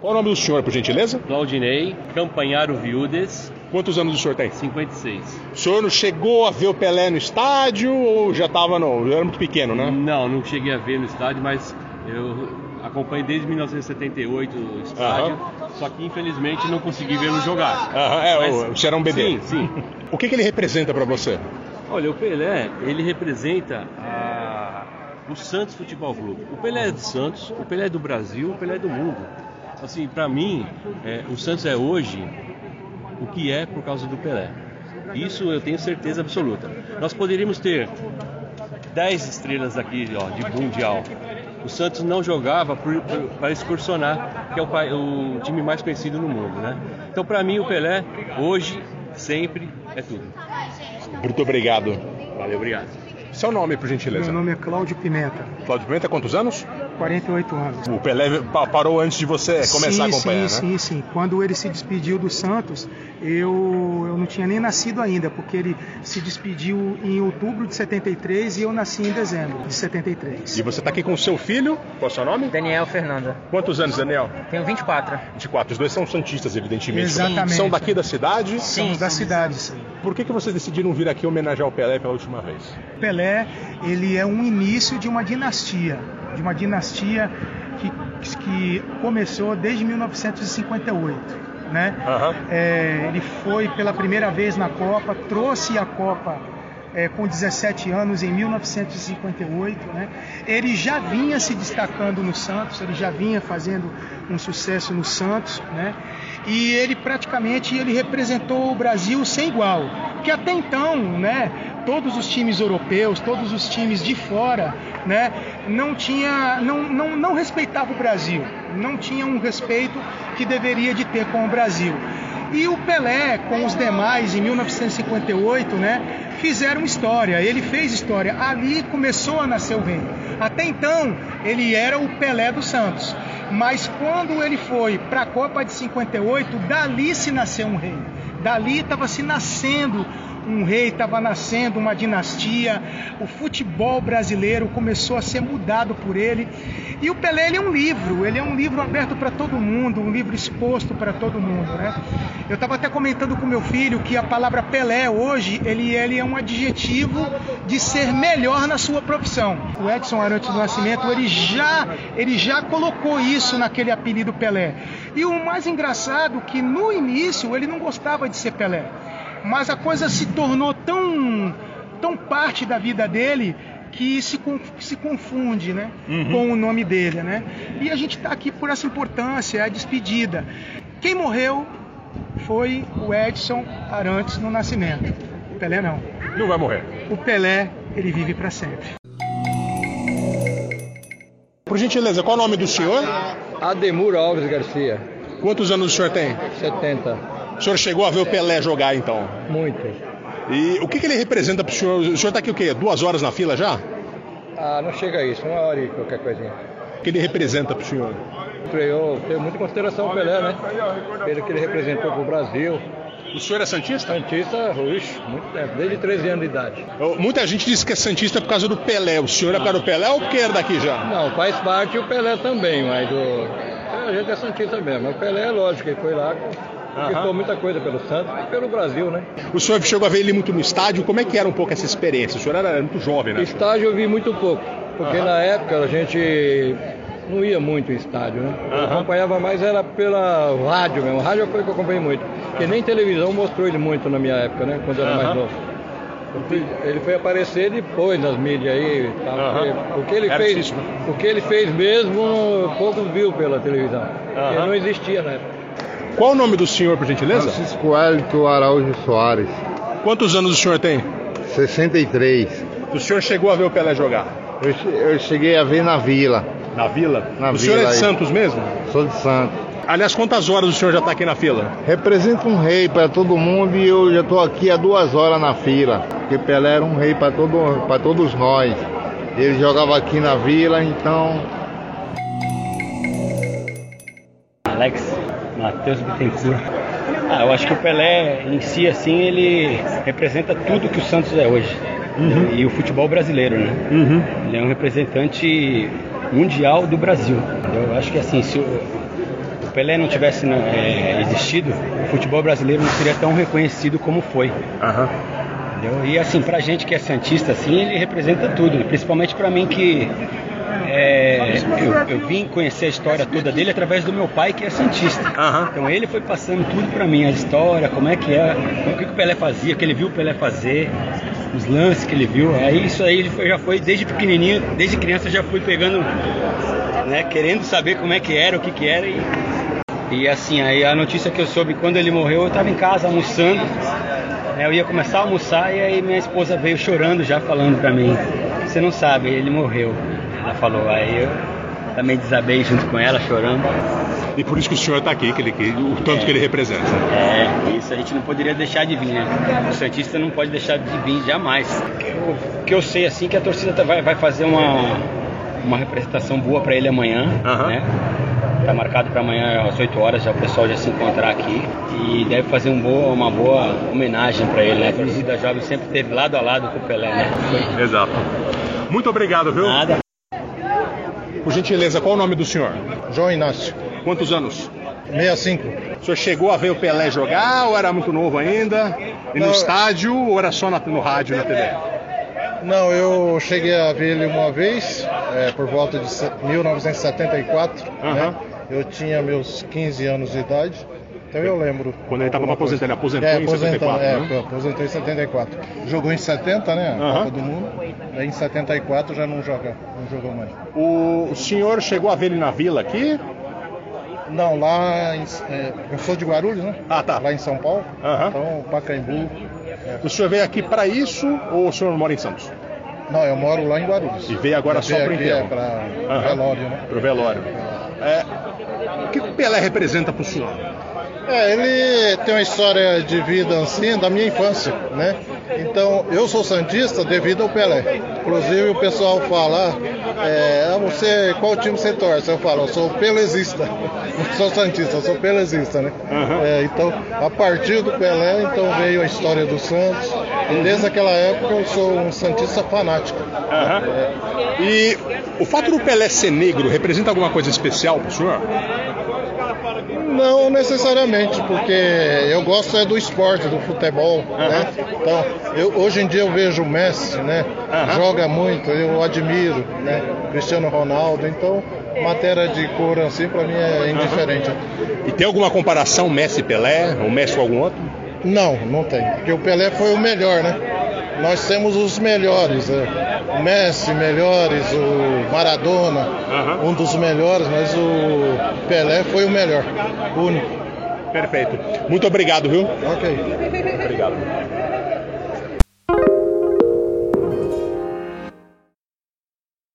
Qual o nome do senhor, por gentileza? Claudinei Campanharo Viúdes, Quantos anos o senhor tem? 56. O senhor não chegou a ver o Pelé no estádio ou já estava no. Era muito pequeno, né? Não, não cheguei a ver no estádio, mas eu acompanhei desde 1978 o estádio, só que infelizmente não consegui vê-lo jogar. Aham, é, Mas- o- o senhor era um bebê. Sim, sim. O que, que ele representa para você? Olha, o Pelé, ele representa a- o Santos Futebol Clube. O Pelé é do Santos, o Pelé é do Brasil, o Pelé é do mundo. Assim, para mim, é, o Santos é hoje o que é por causa do Pelé. Isso eu tenho certeza absoluta. Nós poderíamos ter 10 estrelas aqui ó, de Mundial. O Santos não jogava para excursionar, que é o, pa- o time mais conhecido no mundo, né? Então, para mim, o Pelé, hoje, sempre, é tudo. Muito obrigado. Valeu, obrigado. Seu nome, por gentileza. Meu nome é Cláudio Pimenta, Cláudio Pimenta, quantos anos? 48 anos. O Pelé pa- parou antes de você É começar a sim, acompanhar, sim, né? sim, sim. Quando ele se despediu do Santos, eu, eu não tinha nem nascido ainda, porque ele se despediu em outubro de 73 e eu nasci em dezembro de 73. E você está aqui com o seu filho? Qual é o seu nome? Daniel Fernanda. Quantos anos, Daniel? Tenho 24. 24. Os dois são santistas, evidentemente. né? Exatamente. São daqui da cidade. Somos da cidade, sim. Por que, que vocês decidiram vir aqui homenagear o Pelé pela última vez? Pelé, ele é um início de uma dinastia, de uma dinastia que, que começou desde 1958. Né? Aham. É, ele foi pela primeira vez na Copa, trouxe a Copa é, com 17 anos em 1958. Né? Ele já vinha se destacando no Santos, ele já vinha fazendo um sucesso no Santos, né? e ele praticamente ele representou o Brasil sem igual. Que até então, né, todos os times europeus, todos os times de fora, né, não tinha, não, não, não respeitava o Brasil, não tinha um respeito que deveria de ter com o Brasil. E o Pelé, com os demais, em 1958, né, fizeram história. Ele fez história. Ali começou a nascer o rei. Até então, ele era o Pelé do Santos. Mas quando ele foi para a Copa de 58, dali se nasceu um rei. Dali estava se nascendo um rei, estava nascendo uma dinastia. O futebol brasileiro começou a ser mudado por ele. E o Pelé ele é um livro, ele é um livro aberto para todo mundo, um livro exposto para todo mundo, né? Eu estava até comentando com meu filho que a palavra Pelé hoje ele, ele é um adjetivo de ser melhor na sua profissão. O Edson Arantes do Nascimento ele já ele já colocou isso naquele apelido Pelé. E o mais engraçado que no início ele não gostava de ser Pelé, mas a coisa se tornou tão tão parte da vida dele que se, con- se confunde né, com o nome dele. Né? E a gente está aqui por essa importância, a despedida. Quem morreu foi o Edson Arantes no nascimento. O Pelé não. Não vai morrer. O Pelé, ele vive para sempre. Por gentileza, qual o nome do senhor? Ademur Alves Garcia, Quantos anos o senhor tem? 70. O senhor chegou a ver o Pelé jogar, então. Muito. E o que, que ele representa para o senhor? O senhor está aqui o quê? Duas horas na fila já? Ah, não chega a isso, uma hora e qualquer coisinha. O que ele representa para o senhor? Eu tenho muita consideração ao Pelé, né? Pelo que ele representou para o Brasil. O senhor é Santista? Santista, Ruiz, muito tempo, desde 13 anos de idade. Muita gente diz que é Santista por causa do Pelé. O senhor é por causa do Pelé ou porque era daqui já? Não, faz parte o Pelé também, mas o... a gente é Santista mesmo. O Pelé é lógico, ele foi lá, conquistou muita coisa pelo Santos e pelo Brasil, né? O senhor chegou a ver ele muito no estádio. Como é que era um pouco essa experiência? O senhor era muito jovem, né? Estádio eu vi muito pouco, porque na época a gente não ia muito em estádio, né? Eu acompanhava mais era pela rádio mesmo. Rádio foi que eu acompanhei muito. Porque nem televisão mostrou ele muito na minha época, né? Quando eu era mais novo. Eu fui- Ele foi aparecer depois nas mídias aí, e tal, Aham. porque o que ele Era fez, difícil, né? o que ele fez mesmo, poucos viu pela televisão. Aham. Ele não existia na época. Qual o nome do senhor, por gentileza? Francisco Hélito Araújo Soares, Quantos anos o senhor tem? 63. O senhor chegou a ver o Pelé jogar? Eu, che- eu cheguei a ver na vila, Na vila? Na o senhor vila é de aí. Santos mesmo? sou de Santos. Aliás, quantas horas o senhor já está aqui na fila? Representa um rei para todo mundo e eu já estou aqui há duas horas na fila, porque Pelé era um rei para todo, pra todos nós. Ele jogava aqui na vila, então Alex, Matheus Bittencourt. Ah, eu acho que o Pelé em si, assim, ele representa tudo que o Santos é hoje. E o futebol brasileiro, né? Ele é um representante mundial do Brasil. Eu acho que assim, se o, Pelé não tivesse né, é, existido, o futebol brasileiro não seria tão reconhecido como foi. Entendeu? E assim, pra gente que é Santista, assim, ele representa tudo, né? principalmente pra mim que é, eu, eu vim conhecer a história toda dele através do meu pai que é Santista. Então ele foi passando tudo pra mim, a história, como é que é, o que que o Pelé fazia, o que ele viu o Pelé fazer, os lances que ele viu. Aí isso aí ele foi- já foi desde pequenininho, desde criança eu já fui pegando, né, querendo saber como é que era, o que que era e e assim, aí a notícia que eu soube quando ele morreu, eu estava em casa almoçando. né, Eu ia começar a almoçar e aí minha esposa veio chorando já falando pra mim, você não sabe, ele morreu. Ela falou, aí eu também desabei junto com ela chorando. E por isso que o senhor está aqui, que ele, que- o tanto que ele representa. É, isso a gente não poderia deixar de vir, né? O Santista não pode deixar de vir jamais. O que eu sei assim que a torcida tá- vai, vai fazer uma, uma representação boa pra ele amanhã, Aham. né? Tá marcado pra amanhã às 8 horas, já o pessoal já se encontrar aqui e deve fazer um boa, uma boa homenagem pra ele, né? A torcida jovem sempre esteve lado a lado com o Pelé, né? Exato. Muito obrigado, viu? Nada. Por gentileza, qual o nome do senhor? João Inácio, Quantos anos? 65. O senhor chegou a ver o Pelé jogar ou era muito novo ainda? E no Não. É. estádio ou era só na- no rádio, na TV? Não, eu cheguei a ver ele uma vez, é, por volta de se- 1974. Aham. Né? Eu tinha meus 15 anos de idade, então eu lembro. Quando ele tava alguma pra aposentar, ele aposentou é, em aposentando, 74, É, né? foi- aposentou em 74. Jogou em 70, né? a Aham. Copa do Mundo. Daí em 74 já não joga, não jogou mais. O, o senhor chegou a ver ele na vila aqui? Não, lá em, é, eu sou de Guarulhos, né? Ah, tá. Lá em São Paulo. Aham. Então, Pacaembu. O senhor veio aqui para isso ou o senhor mora em Santos? Não, eu moro lá em Guarulhos. E veio agora Eu só veio pro aqui, enterro. é, pra Aham. velório, né? Pro velório. É, o que o Pelé representa pro senhor? É, ele tem uma história de vida assim, da minha infância, né? Então, eu sou santista devido ao Pelé. Inclusive, o pessoal fala, ah, é, ah, você, qual time você torce? Eu falo, eu sou pelezista. Não sou santista, eu sou pelezista, né? É, então, a partir do Pelé, então veio a história do Santos. E desde aquela época, eu sou um santista fanático. E o fato do Pelé ser negro representa alguma coisa especial pro senhor? Não necessariamente, porque eu gosto é do esporte, do futebol, né? Então, eu- hoje em dia eu vejo o Messi, né? Joga muito, eu admiro, né? Cristiano Ronaldo, então matéria de cor assim pra mim é indiferente. E tem alguma comparação Messi-Pelé ou Messi com algum outro? Não, não tem, porque o Pelé foi o melhor, né? Nós temos os melhores, né? o Messi melhores, o Maradona, um dos melhores, mas o Pelé foi o melhor, único. Perfeito. Muito obrigado, viu? Ok. Obrigado.